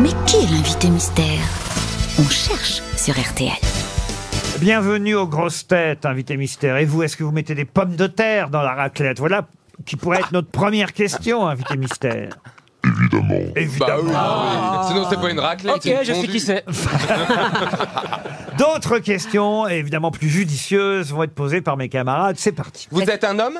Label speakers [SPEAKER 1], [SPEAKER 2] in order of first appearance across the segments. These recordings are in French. [SPEAKER 1] Mais qui est l'invité mystère On cherche sur RTL.
[SPEAKER 2] Bienvenue aux grosses têtes, invité mystère. Et vous, est-ce que vous mettez des pommes de terre dans la raclette Voilà qui pourrait être notre première question, invité mystère. Évidemment.
[SPEAKER 3] Bah
[SPEAKER 2] Évidemment.
[SPEAKER 3] oui. Sinon, c'est pas une raclette.
[SPEAKER 4] Ok, je sais qui c'est.
[SPEAKER 2] D'autres questions, évidemment plus judicieuses, vont être posées par mes camarades. C'est parti.
[SPEAKER 3] Vous êtes un homme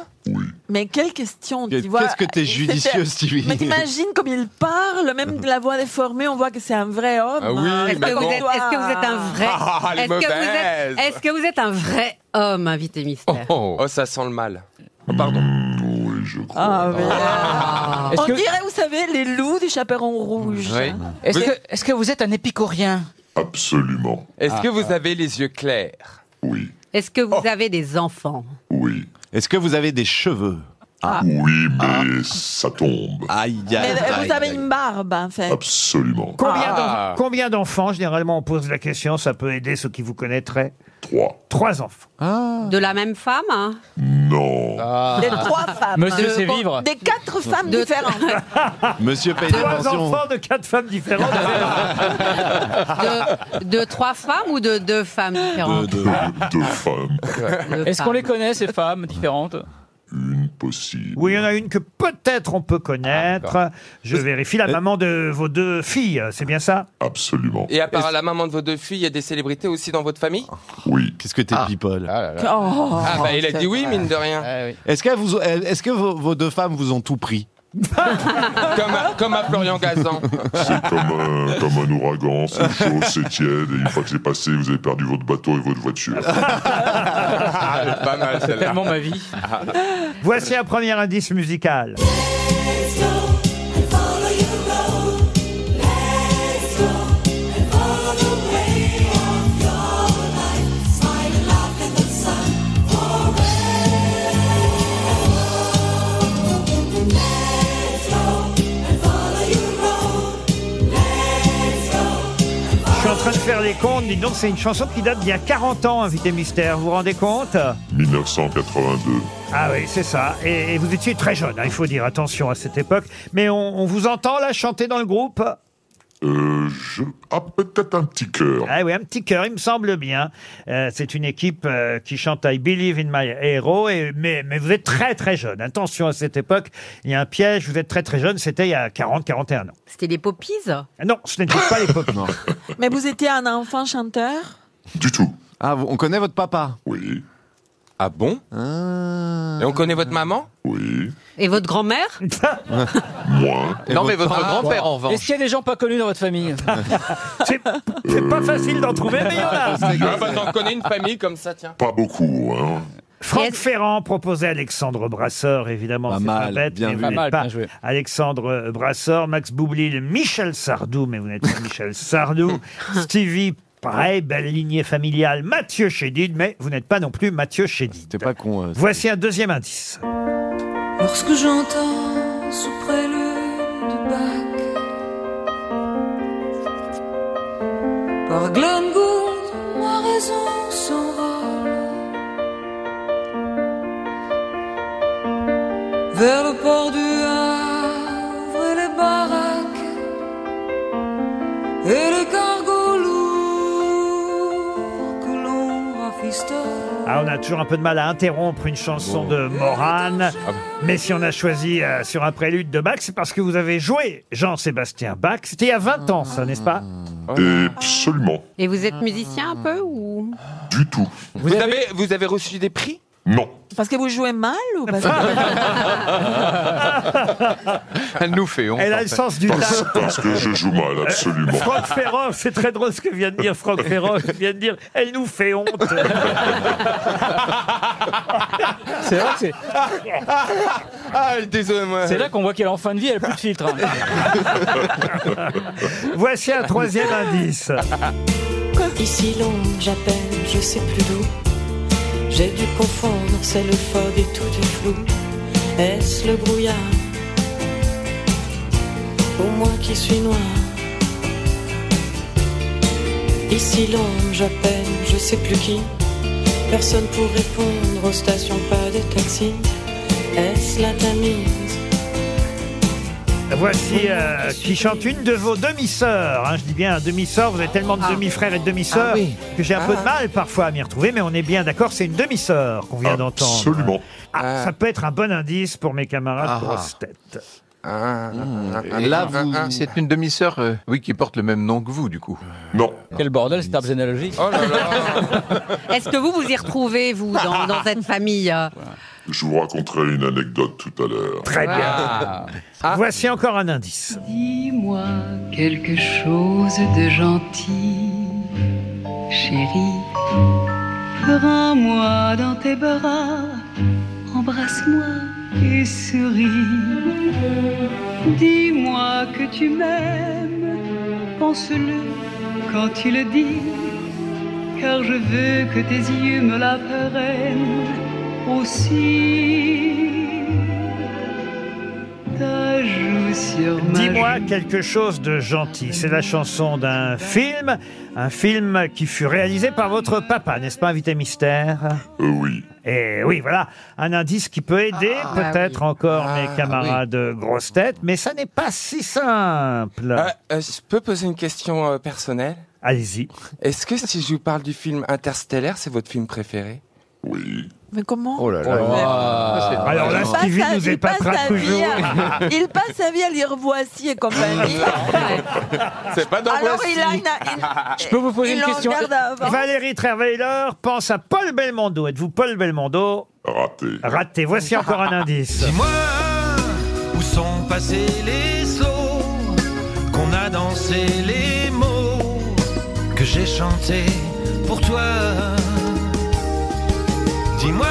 [SPEAKER 5] Mais quelle question, tu
[SPEAKER 6] Qu'est-
[SPEAKER 5] vois
[SPEAKER 6] qu'est-ce que t'es
[SPEAKER 5] euh,
[SPEAKER 6] judicieux,
[SPEAKER 5] c'était-
[SPEAKER 6] Stevie.
[SPEAKER 5] Mais t'imagines comme il parle, même de la voix déformée, on voit que c'est un vrai homme.
[SPEAKER 3] Ah oui,
[SPEAKER 5] hein.
[SPEAKER 3] Est-ce
[SPEAKER 7] Est-ce que, vous êtes, est-ce que vous êtes un vrai
[SPEAKER 3] Ah, elle est
[SPEAKER 7] Est-ce que, vous
[SPEAKER 3] mauvaise.
[SPEAKER 7] êtes- est-ce que vous êtes un vrai homme, invité mystère
[SPEAKER 3] oh. ça sent le mal.
[SPEAKER 5] Ah, mais, euh,
[SPEAKER 4] Est-ce
[SPEAKER 5] On
[SPEAKER 4] que,
[SPEAKER 5] dirait, vous savez, les loups du chaperon rouge.
[SPEAKER 3] Oui.
[SPEAKER 4] est-ce
[SPEAKER 3] Vous
[SPEAKER 4] que-
[SPEAKER 3] êtes-
[SPEAKER 4] est-ce que vous êtes un épicorien
[SPEAKER 8] Absolument.
[SPEAKER 3] Est-ce que vous avez les yeux clairs
[SPEAKER 8] Oui.
[SPEAKER 7] Est-ce que
[SPEAKER 3] Oh.
[SPEAKER 7] vous avez des enfants
[SPEAKER 8] Oui.
[SPEAKER 6] Est-ce que vous avez des cheveux Ah.
[SPEAKER 8] Oui, mais ça tombe.
[SPEAKER 6] Aïe, aïe,
[SPEAKER 5] Ah. Mais euh,
[SPEAKER 6] aïe,
[SPEAKER 5] vous avez
[SPEAKER 6] aïe.
[SPEAKER 5] une barbe, en fait.
[SPEAKER 8] Absolument.
[SPEAKER 2] Combien
[SPEAKER 3] Ah.
[SPEAKER 2] d'en- combien d'enfants Généralement, on pose la question, ça peut aider ceux qui vous connaîtraient.
[SPEAKER 8] Trois.
[SPEAKER 2] Trois enfants.
[SPEAKER 7] De la même femme hein
[SPEAKER 8] Non.
[SPEAKER 5] Des trois
[SPEAKER 3] Ah.
[SPEAKER 5] femmes.
[SPEAKER 4] Monsieur
[SPEAKER 5] Euh,
[SPEAKER 4] sait
[SPEAKER 5] bon,
[SPEAKER 4] vivre.
[SPEAKER 5] Des quatre femmes
[SPEAKER 7] De-
[SPEAKER 5] différentes.
[SPEAKER 6] Monsieur paye des
[SPEAKER 2] Trois
[SPEAKER 6] pensions.
[SPEAKER 2] enfants de quatre femmes différentes.
[SPEAKER 7] de, de trois femmes ou de deux femmes
[SPEAKER 6] De-
[SPEAKER 7] différentes
[SPEAKER 6] de-
[SPEAKER 8] Deux femmes.
[SPEAKER 7] Deux
[SPEAKER 4] Est-ce qu'on
[SPEAKER 5] Ah.
[SPEAKER 7] femmes.
[SPEAKER 4] les connaît, ces femmes différentes
[SPEAKER 8] Une possible.
[SPEAKER 2] Oui, il y en a une que peut-être on peut connaître.
[SPEAKER 3] Ah,
[SPEAKER 2] Je vérifie la maman de vos deux filles, c'est bien ça
[SPEAKER 8] Absolument.
[SPEAKER 3] Et à part la maman de vos deux filles, il y a des célébrités aussi dans votre famille
[SPEAKER 8] Oui.
[SPEAKER 6] Qu'est-ce que t'es people
[SPEAKER 5] Oh.
[SPEAKER 3] Ah bah Euh. il a dit oui, mine de rien.
[SPEAKER 6] Est-ce que, vous, euh, est-ce que vos, vos deux femmes vous ont tout pris
[SPEAKER 3] Comme à, comme à Florian Gazan.
[SPEAKER 8] C'est comme un, comme un ouragan. C'est chaud, c'est tiède. Et une fois que c'est passé, vous avez perdu votre bateau et votre voiture.
[SPEAKER 3] Ah, elle est pas mal celle-là.
[SPEAKER 4] Tellement ma vie.
[SPEAKER 9] Ah.
[SPEAKER 2] Voici un premier indice musical. Je suis en train de faire les comptes, dis donc, c'est une chanson qui date d'il y a 40 ans, Invité Mystère, vous vous rendez compte
[SPEAKER 8] 1982.
[SPEAKER 2] Ah oui, c'est ça. Et, et vous étiez très jeune, hein, il faut dire attention à cette époque. Mais on, on vous entend là chanter dans le groupe
[SPEAKER 8] Euh, je... Ah, peut-être un petit cœur.
[SPEAKER 2] Ah oui, un petit cœur, il me semble bien. Euh, c'est une équipe euh, qui chante I Believe in My Hero, et, mais, mais vous êtes très très jeune. Attention à cette époque, il y a un piège, vous êtes très très jeune, c'était il y a 40-41 ans.
[SPEAKER 7] C'était les poppies
[SPEAKER 2] Ah Non, ce n'était pas l'époque.
[SPEAKER 5] Mais vous étiez un enfant chanteur
[SPEAKER 8] Du tout.
[SPEAKER 6] Ah, vous- on connaît votre papa
[SPEAKER 8] Oui.
[SPEAKER 3] Ah bon Et on connaît votre maman
[SPEAKER 8] Oui.
[SPEAKER 7] Et votre grand-mère
[SPEAKER 8] Moins.
[SPEAKER 6] Non, mais votre
[SPEAKER 3] Ah.
[SPEAKER 6] grand-père en
[SPEAKER 4] Est-ce qu'il y a des gens pas connus dans votre famille
[SPEAKER 2] C'est c'est pas facile d'en trouver, mais il y en a.
[SPEAKER 3] Ah bah j'en connais une famille comme ça, tiens.
[SPEAKER 8] Pas beaucoup, hein.
[SPEAKER 2] Franck
[SPEAKER 7] Yes.
[SPEAKER 2] Ferrand proposait Alexandre Brasseur, évidemment.
[SPEAKER 6] Pas
[SPEAKER 2] c'est
[SPEAKER 6] mal,
[SPEAKER 2] bête,
[SPEAKER 6] bien
[SPEAKER 2] mais
[SPEAKER 6] vu.
[SPEAKER 2] vous
[SPEAKER 4] Pas
[SPEAKER 2] n'êtes
[SPEAKER 4] mal,
[SPEAKER 2] pas
[SPEAKER 4] bien joué.
[SPEAKER 2] Alexandre Brasseur, Max Boublil, Michel Sardou, mais vous n'êtes pas Michel Sardou, Stevie, pareil, belle lignée familiale, Mathieu Chédid, mais vous n'êtes pas non plus Mathieu Chédid.
[SPEAKER 6] T'es pas con. euh,
[SPEAKER 2] Voici un deuxième indice.
[SPEAKER 10] Lorsque j'entends sous prélude du bac Par Glengould, ma raison s'envole Vers le port du Havre et les baraques Et les cargos lourds que l'on
[SPEAKER 9] Euh.
[SPEAKER 10] rafistole
[SPEAKER 2] Ah, on a toujours un peu de mal à interrompre une chanson de Morane,
[SPEAKER 6] Ah
[SPEAKER 2] mais si on a choisi euh, sur un prélude de Bach, c'est parce que vous avez joué Jean-Sébastien Bach. C'était il y a 20 ans, ça, n'est-ce pas
[SPEAKER 6] Ah.
[SPEAKER 8] Et absolument.
[SPEAKER 7] Et vous êtes musicien un peu ou
[SPEAKER 8] Du tout.
[SPEAKER 3] Vous, avez... vous avez reçu des prix
[SPEAKER 8] Non.
[SPEAKER 5] Parce que vous jouez mal ou parce que...
[SPEAKER 6] Elle nous fait honte. hein.
[SPEAKER 2] Elle a le sens du talent.
[SPEAKER 8] Parce, parce que je joue mal, absolument.
[SPEAKER 2] Franck Ferrand, c'est très drôle ce que vient de dire Franck Ferrand. Il vient de dire, elle nous fait honte.
[SPEAKER 4] C'est vrai que c'est-
[SPEAKER 3] Ah désolé moi.
[SPEAKER 4] c'est là qu'on voit qu'elle est en fin de vie, elle a plus de filtre. hein.
[SPEAKER 2] Voici un troisième indice.
[SPEAKER 10] Ici long, j'appelle, je sais plus d'où. J'ai dû confondre, c'est le fog et tout du flou. Est-ce le brouillard Ou moi qui suis noir Ici long, j'appelle, je sais plus qui. Personne pour répondre aux stations, pas de taxi. Est-ce la Tamise
[SPEAKER 2] Voici euh, qui chante une de vos demi-sœurs. hein. je dis bien demi-sœur, vous avez tellement de demi-frères et de demi-sœurs
[SPEAKER 9] Ah oui.
[SPEAKER 2] que j'ai un peu
[SPEAKER 9] Ah.
[SPEAKER 2] de mal parfois à m'y retrouver, mais on est bien d'accord, c'est une demi-sœur qu'on vient d'entendre.
[SPEAKER 8] Absolument.
[SPEAKER 2] Ah, Ça peut être un bon indice pour mes camarades
[SPEAKER 6] Ah.
[SPEAKER 2] grosses têtes.
[SPEAKER 3] Ah.
[SPEAKER 6] Et là, vous- c'est une demi-sœur, euh, oui, qui porte le même nom que vous, du coup.
[SPEAKER 8] Non.
[SPEAKER 4] Quel bordel, cet arbre généalogique.
[SPEAKER 3] Oh là là
[SPEAKER 7] Est-ce que vous vous y retrouvez, vous, dans, dans cette famille euh
[SPEAKER 8] Je vous raconterai une anecdote tout à l'heure.
[SPEAKER 2] Très bien.
[SPEAKER 3] Ah.
[SPEAKER 9] Ah.
[SPEAKER 2] Voici encore un indice.
[SPEAKER 11] Dis-moi quelque chose de gentil, chérie. Prends-moi dans tes bras, embrasse-moi et souris. Dis-moi que tu m'aimes, pense-le quand tu le dis, car je veux que tes yeux me l'apprennent aussi. Ta joue sur ma
[SPEAKER 2] Dis-moi quelque chose de gentil. C'est la chanson d'un film, un film qui fut réalisé par votre papa, n'est-ce pas, invité mystère
[SPEAKER 8] Euh, Oui.
[SPEAKER 2] Et oui, voilà, un indice qui peut aider
[SPEAKER 5] Ah, bah
[SPEAKER 2] peut-être encore mes camarades grosses têtes, mais ça n'est pas si simple.
[SPEAKER 5] Ah.
[SPEAKER 3] Euh, euh, je peux poser une question euh, personnelle
[SPEAKER 2] Allez-y.
[SPEAKER 3] Est-ce que si je vous parle du film Interstellaire, c'est votre film préféré
[SPEAKER 8] Oui.
[SPEAKER 5] Mais comment
[SPEAKER 6] Oh là là.
[SPEAKER 5] Ah,
[SPEAKER 2] Alors là,
[SPEAKER 5] Il passe
[SPEAKER 2] Stevie
[SPEAKER 5] bah, sa-
[SPEAKER 2] nous
[SPEAKER 5] il passe
[SPEAKER 2] épatera
[SPEAKER 5] sa vie hein.
[SPEAKER 2] toujours.
[SPEAKER 5] à- Il passe sa vie à lire Voici et compagnie.
[SPEAKER 3] C'est pas dans
[SPEAKER 5] Alors
[SPEAKER 3] Voici.
[SPEAKER 5] il a une.
[SPEAKER 4] Je peux vous poser
[SPEAKER 5] il
[SPEAKER 4] une
[SPEAKER 5] en
[SPEAKER 4] question
[SPEAKER 5] regarde avant.
[SPEAKER 2] Valérie Trierweiler pense à Paul Belmondo. Êtes-vous Paul Belmondo
[SPEAKER 8] Raté.
[SPEAKER 2] Raté. Voici encore un indice.
[SPEAKER 9] Dis-moi où sont passés les sauts qu'on a dansé les mots que j'ai chanté pour toi. Dis-moi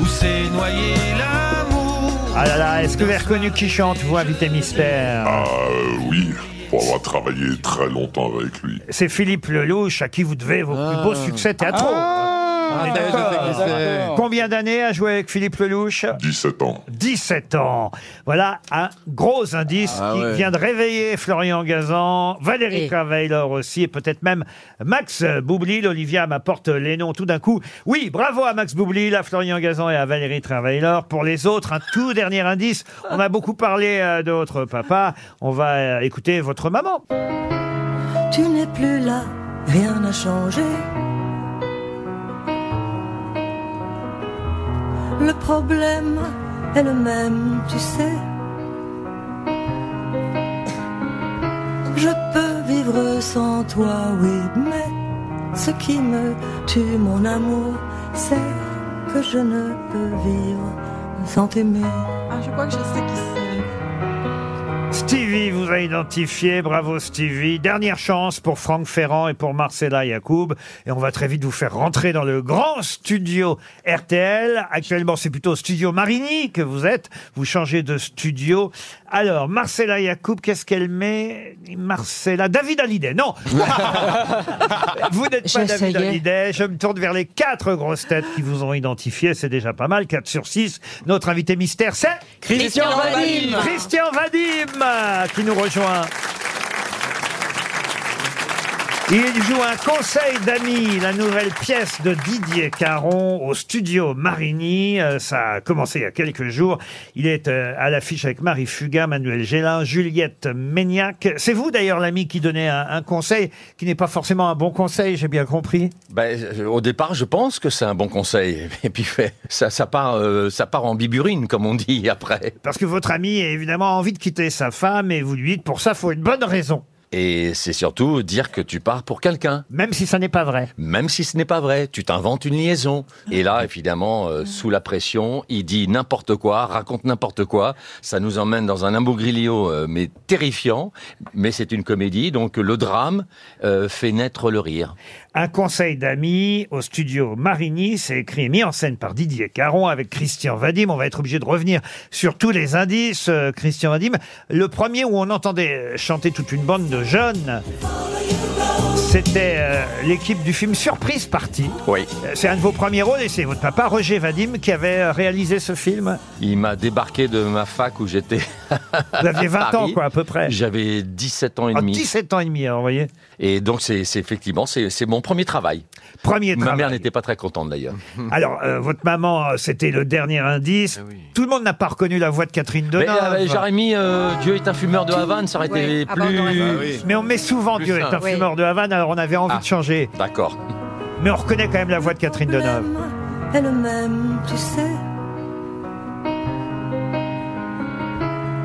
[SPEAKER 9] où s'est noyé l'amour.
[SPEAKER 2] Ah là là, est-ce que vous avez reconnu qui chante, vous, invité mystère
[SPEAKER 8] Ah euh, oui, pour avoir travaillé très longtemps avec lui.
[SPEAKER 2] C'est Philippe Lelouch à qui vous devez vos plus
[SPEAKER 6] Ah.
[SPEAKER 2] beaux succès théâtraux. Combien d'années a joué avec Philippe Lelouch
[SPEAKER 8] 17 ans.
[SPEAKER 2] 17 ans. Voilà un gros indice
[SPEAKER 6] Ah
[SPEAKER 2] qui
[SPEAKER 6] ouais.
[SPEAKER 2] vient de réveiller Florian Gazan, Valérie
[SPEAKER 7] Et-
[SPEAKER 2] Traveiller aussi, et peut-être même Max Boublil. Olivia m'apporte les noms tout d'un coup. Oui, bravo à Max Boublil, à Florian Gazan et à Valérie Traveiller. Pour les autres, un tout dernier indice. On a beaucoup parlé euh, de votre papa. On va euh, écouter votre maman.
[SPEAKER 10] Tu n'es plus là, rien n'a changé. Le problème est le même, tu sais. Je peux vivre sans toi, oui, mais ce qui me tue, mon amour, c'est que je ne peux vivre sans t'aimer.
[SPEAKER 5] Ah, je crois que je sais qui c'est.
[SPEAKER 2] Stevie vous a identifié, bravo Stevie. Dernière chance pour Franck Ferrand et pour Marcella Yacoub. Et on va très vite vous faire rentrer dans le grand studio RTL. Actuellement, c'est plutôt studio Marigny que vous êtes. Vous changez de studio. Alors, Marcella Yacoub, qu'est-ce qu'elle met Marcella, David Hallyday, non Vous n'êtes pas David
[SPEAKER 5] J'essayais.
[SPEAKER 2] Hallyday. Je me tourne vers les quatre grosses têtes qui vous ont identifié. C'est déjà pas mal, 4 sur 6. Notre invité mystère, c'est...
[SPEAKER 4] Christian Vadim
[SPEAKER 2] Christian Vadim euh, qui nous rejoint. Il joue un conseil d'amis, la nouvelle pièce de Didier Caron au studio Marigny. Euh, Ça a commencé il y a quelques jours. Il est euh, à l'affiche avec Marie Fugain, Manuel Gélin, Juliette Méniac. C'est vous d'ailleurs l'ami qui donnait un, un conseil qui n'est pas forcément un bon conseil, j'ai bien compris.
[SPEAKER 12] Ben, je- au départ, je pense que c'est un bon conseil. Et puis, fait- ça, ça, part, euh, ça part en biburine, comme on dit après.
[SPEAKER 2] Parce que votre ami a évidemment envie de quitter sa femme et vous lui dites pour ça, faut une bonne raison.
[SPEAKER 12] Et c'est surtout dire que tu pars pour quelqu'un.
[SPEAKER 2] Même si ça n'est pas vrai.
[SPEAKER 12] Même si ce n'est pas vrai, tu t'inventes une liaison. Et là, évidemment, euh, sous la pression, il dit n'importe quoi, raconte n'importe quoi. Ça nous emmène dans un imbroglio, euh, mais terrifiant. Mais c'est une comédie, donc le drame euh, fait naître le rire.
[SPEAKER 2] Un conseil d'amis au studio Marigny, c'est écrit et mis en scène par Didier Caron avec Christian Vadim. On va être obligé de revenir sur tous les indices, euh, Christian Vadim. Le premier où on entendait euh, chanter toute une bande de jeunes, c'était euh, l'équipe du film Surprise Party.
[SPEAKER 12] Oui.
[SPEAKER 2] Euh, C'est un de vos premiers rôles et c'est votre papa, Roger Vadim, qui avait euh, réalisé ce film.
[SPEAKER 12] Il m'a débarqué de ma fac où j'étais
[SPEAKER 2] Vous aviez 20 ans,
[SPEAKER 12] Paris.
[SPEAKER 2] quoi, à peu près.
[SPEAKER 12] J'avais 17 ans et demi.
[SPEAKER 2] 17 ans et demi, hein, vous voyez.
[SPEAKER 12] Et donc, c'est c'est effectivement, c'est c'est mon premier travail.
[SPEAKER 2] Premier
[SPEAKER 12] Ma
[SPEAKER 2] travail.
[SPEAKER 12] mère n'était pas très contente d'ailleurs.
[SPEAKER 2] Alors, euh, votre maman, euh, c'était le dernier indice. Tout le monde n'a pas reconnu la voix de Catherine
[SPEAKER 12] Ah Mais,
[SPEAKER 2] Deneuve.
[SPEAKER 12] euh, J'aurais mis euh, Dieu est un fumeur de Havane, ça aurait été
[SPEAKER 5] ah,
[SPEAKER 12] plus.
[SPEAKER 7] Bah
[SPEAKER 2] Mais on met souvent
[SPEAKER 12] Plus
[SPEAKER 2] Dieu est
[SPEAKER 12] simple.
[SPEAKER 2] un fumeur de Havane, alors on avait envie de changer.
[SPEAKER 12] D'accord.
[SPEAKER 2] Mais on reconnaît quand même la voix de Catherine Deneuve.
[SPEAKER 10] elle m'aime, tu sais.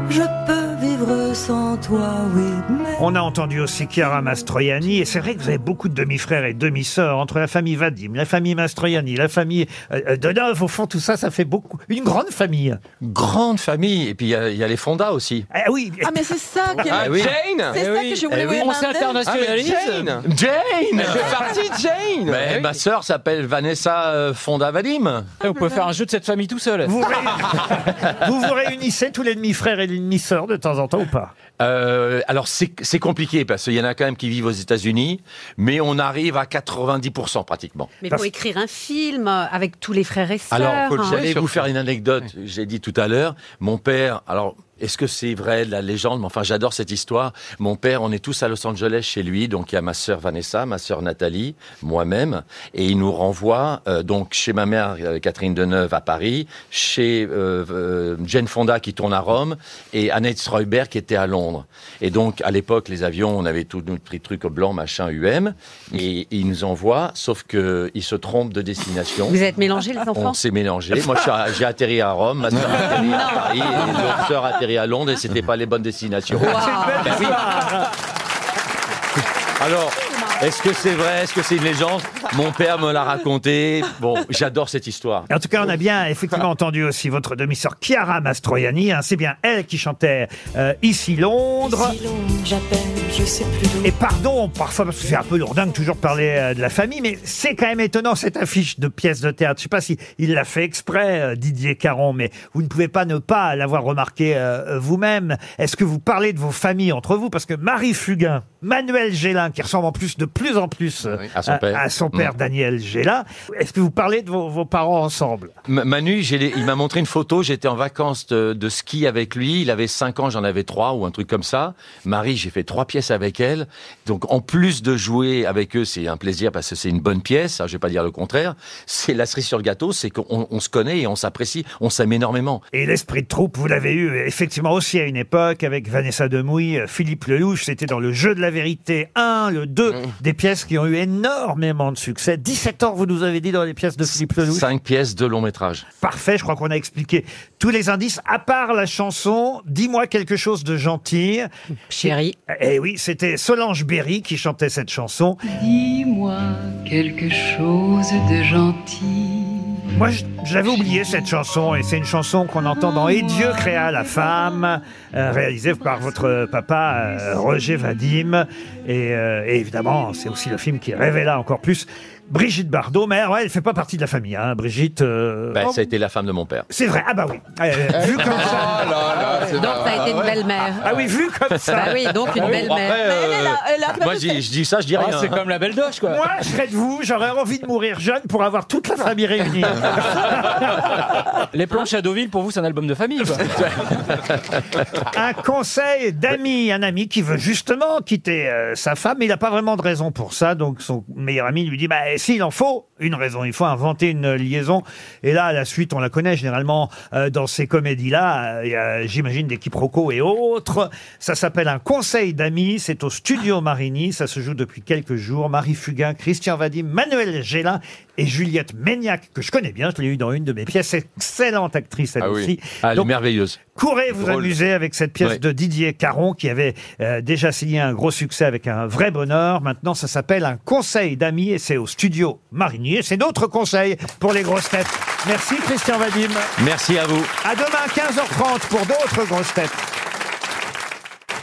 [SPEAKER 10] Je peux vivre sans toi, oui, mais
[SPEAKER 2] On a entendu aussi Chiara Mastroianni, et c'est vrai que vous avez beaucoup de demi-frères et demi-sœurs entre la famille Vadim, la famille Mastroianni, la famille euh, euh, Deneuve. Au fond, tout ça, ça fait beaucoup. Une grande famille.
[SPEAKER 12] Grande famille. Et puis, il y a- il y, a les Fonda aussi.
[SPEAKER 2] Ah oui.
[SPEAKER 5] Ah, mais c'est ça qui est-
[SPEAKER 12] Ah oui.
[SPEAKER 5] C'est
[SPEAKER 12] Eh
[SPEAKER 5] ça
[SPEAKER 12] oui.
[SPEAKER 5] que je voulais Ah,
[SPEAKER 12] Eh
[SPEAKER 5] vous
[SPEAKER 12] oui.
[SPEAKER 5] demander.
[SPEAKER 12] On s'est internationalisé.
[SPEAKER 3] Ah, Jane
[SPEAKER 12] Jane
[SPEAKER 3] Elle fait partie de Jane Ah
[SPEAKER 12] Mais bah, ma sœur s'appelle Vanessa euh, Fonda Vadim.
[SPEAKER 4] Eh, On peut faire un jeu de cette famille tout seul.
[SPEAKER 2] Vous, Vous vous réunissez tous les demi-frères et les demi-sœurs de temps en temps ou pas
[SPEAKER 12] Euh, alors c'est c'est compliqué parce qu'il y en a quand même qui vivent aux États-Unis, mais on arrive à 90% pratiquement.
[SPEAKER 7] Mais
[SPEAKER 12] Parce-
[SPEAKER 7] pour écrire un film euh, avec tous les frères et sœurs.
[SPEAKER 12] Alors,
[SPEAKER 7] hein.
[SPEAKER 12] j'allais vous faire une anecdote. J'ai dit tout à l'heure, mon père. Alors, est-ce que c'est vrai la légende Mais enfin, j'adore cette histoire. Mon père, on est tous à Los Angeles chez lui, donc il y a ma sœur Vanessa, ma sœur Nathalie, moi-même, et il nous renvoie euh, donc chez ma mère euh, Catherine Deneuve à Paris, chez euh, euh, Jane Fonda qui tourne à Rome et Annette Streuberg qui était à Londres. Et donc, à l'époque, les avions, on avait tout notre petit truc blanc, machin, UM, et il nous envoie, sauf que il se trompe de destination.
[SPEAKER 7] Vous êtes mélangés, les enfants
[SPEAKER 12] Ah, On s'est mélangés. Moi, je suis à- j'ai atterri à Rome, ma sœur a atterri à Paris, et notre sœur a atterri à Londres, et c'était pas les bonnes destinations. Ben oui. Alors, est-ce que c'est vrai Est-ce que c'est une légende Mon père me l'a raconté. Bon, j'adore cette histoire.
[SPEAKER 2] En tout cas, on a bien effectivement entendu aussi votre demi-sœur Chiara Mastroianni. hein. c'est bien elle qui chantait euh, Ici Londres.
[SPEAKER 10] si l'on j'appelle, je sais plus d'où.
[SPEAKER 2] Et pardon, parfois, parce que c'est un peu lourdingue toujours parler euh, de la famille, mais c'est quand même étonnant cette affiche de pièces de théâtre. Je sais pas si il l'a fait exprès, euh, Didier Caron, mais vous ne pouvez pas ne pas l'avoir remarqué euh, vous-même. Est-ce que vous parlez de vos familles entre vous Parce que Marie Fugain, Manuel Gélin, qui ressemble en plus de plus en plus euh,
[SPEAKER 12] À son père.
[SPEAKER 2] à, son père
[SPEAKER 12] Mm.
[SPEAKER 2] Daniel Gélin, est-ce que vous parlez de vos, vos parents ensemble
[SPEAKER 12] M- Manu, j'ai les- il m'a montré une photo. J'étais en vacances de, de ski avec lui. Il avait 5 ans, j'en avais 3 ou un truc comme ça. Marie, j'ai fait trois pièces avec elle. Donc, en plus de jouer avec eux, c'est un plaisir parce que c'est une bonne pièce. hein, je vais pas dire le contraire. C'est la cerise sur le gâteau, c'est qu'on on se connaît et on s'apprécie. On s'aime énormément.
[SPEAKER 2] Et l'esprit de troupe, vous l'avez eu effectivement aussi à une époque avec Vanessa Demouy, euh, Philippe Lelouch. C'était dans le jeu de la vérité 1, le 2, des pièces qui ont eu énormément de succès. 17 ans, vous nous avez dit dans les pièces de Philippe Lelouch.
[SPEAKER 12] Cinq pièces de long métrage.
[SPEAKER 2] Parfait, je crois qu'on a expliqué tous les indices, à part la chanson Dis-moi quelque chose de gentil.
[SPEAKER 7] Chérie.
[SPEAKER 2] Eh oui, c'était Solange Berry qui chantait cette chanson.
[SPEAKER 11] Dis-moi quelque chose de gentil.
[SPEAKER 2] Moi, je- j'avais oublié cette chanson, et c'est une chanson qu'on entend dans Et Dieu créa la femme, euh, réalisée par votre papa euh, Roger Vadim. Et, euh, et évidemment, c'est aussi le film qui révéla encore plus Brigitte Bardot. Mais ouais, elle fait pas partie de la famille, hein, Brigitte. euh,
[SPEAKER 12] Ben,
[SPEAKER 2] oh,
[SPEAKER 12] ça a été la femme de mon père.
[SPEAKER 2] C'est vrai, ah bah oui. Euh, vu comme ça.
[SPEAKER 3] Ah,
[SPEAKER 7] Donc, ça a été une belle-mère.
[SPEAKER 2] Ah oui, vu comme ça.
[SPEAKER 7] Bah oui,
[SPEAKER 12] Ah
[SPEAKER 7] donc une belle-mère.
[SPEAKER 12] Après,
[SPEAKER 7] Mais elle est
[SPEAKER 12] euh,
[SPEAKER 7] là, elle a pas
[SPEAKER 12] moi,
[SPEAKER 7] de-
[SPEAKER 12] j'y- je dis ça, je dis
[SPEAKER 4] Ah,
[SPEAKER 12] rien.
[SPEAKER 4] c'est
[SPEAKER 12] hein.
[SPEAKER 4] comme la belle doche, quoi.
[SPEAKER 2] Moi, je serais de vous, j'aurais envie de mourir jeune pour avoir toute la famille réunie.
[SPEAKER 4] Les planches à Deauville, pour vous, c'est un album de famille, quoi.
[SPEAKER 2] un conseil d'ami, un ami qui veut justement quitter euh, sa femme, mais il n'a pas vraiment de raison pour ça, donc son meilleur ami lui dit, bah, s'il en faut une raison, il faut inventer une liaison, et là, la suite, on la connaît généralement euh, dans ces comédies-là, euh, il y a, j'imagine des quiproquos et autres, ça s'appelle un conseil d'ami, c'est au studio Marigny, ça se joue depuis quelques jours, Marie Fugain, Christian Vadim, Manuel Gélin et Juliette Méniac, que je connais bien, je l'ai eu dans une de mes pièces, excellente actrice elle
[SPEAKER 12] Ah
[SPEAKER 2] aussi,
[SPEAKER 12] oui. Ah, elle est
[SPEAKER 2] Donc,
[SPEAKER 12] merveilleuse.
[SPEAKER 2] Courez vous
[SPEAKER 12] Drôle.
[SPEAKER 2] amuser avec cette pièce
[SPEAKER 12] Ouais.
[SPEAKER 2] de Didier Caron qui avait euh, déjà signé un gros succès avec un vrai bonheur. Maintenant, ça s'appelle Un conseil d'amis et c'est au studio Marinier. C'est notre conseil pour les grosses têtes. Merci Christian Vadim.
[SPEAKER 12] Merci à vous.
[SPEAKER 2] À demain 15h30 pour d'autres grosses têtes.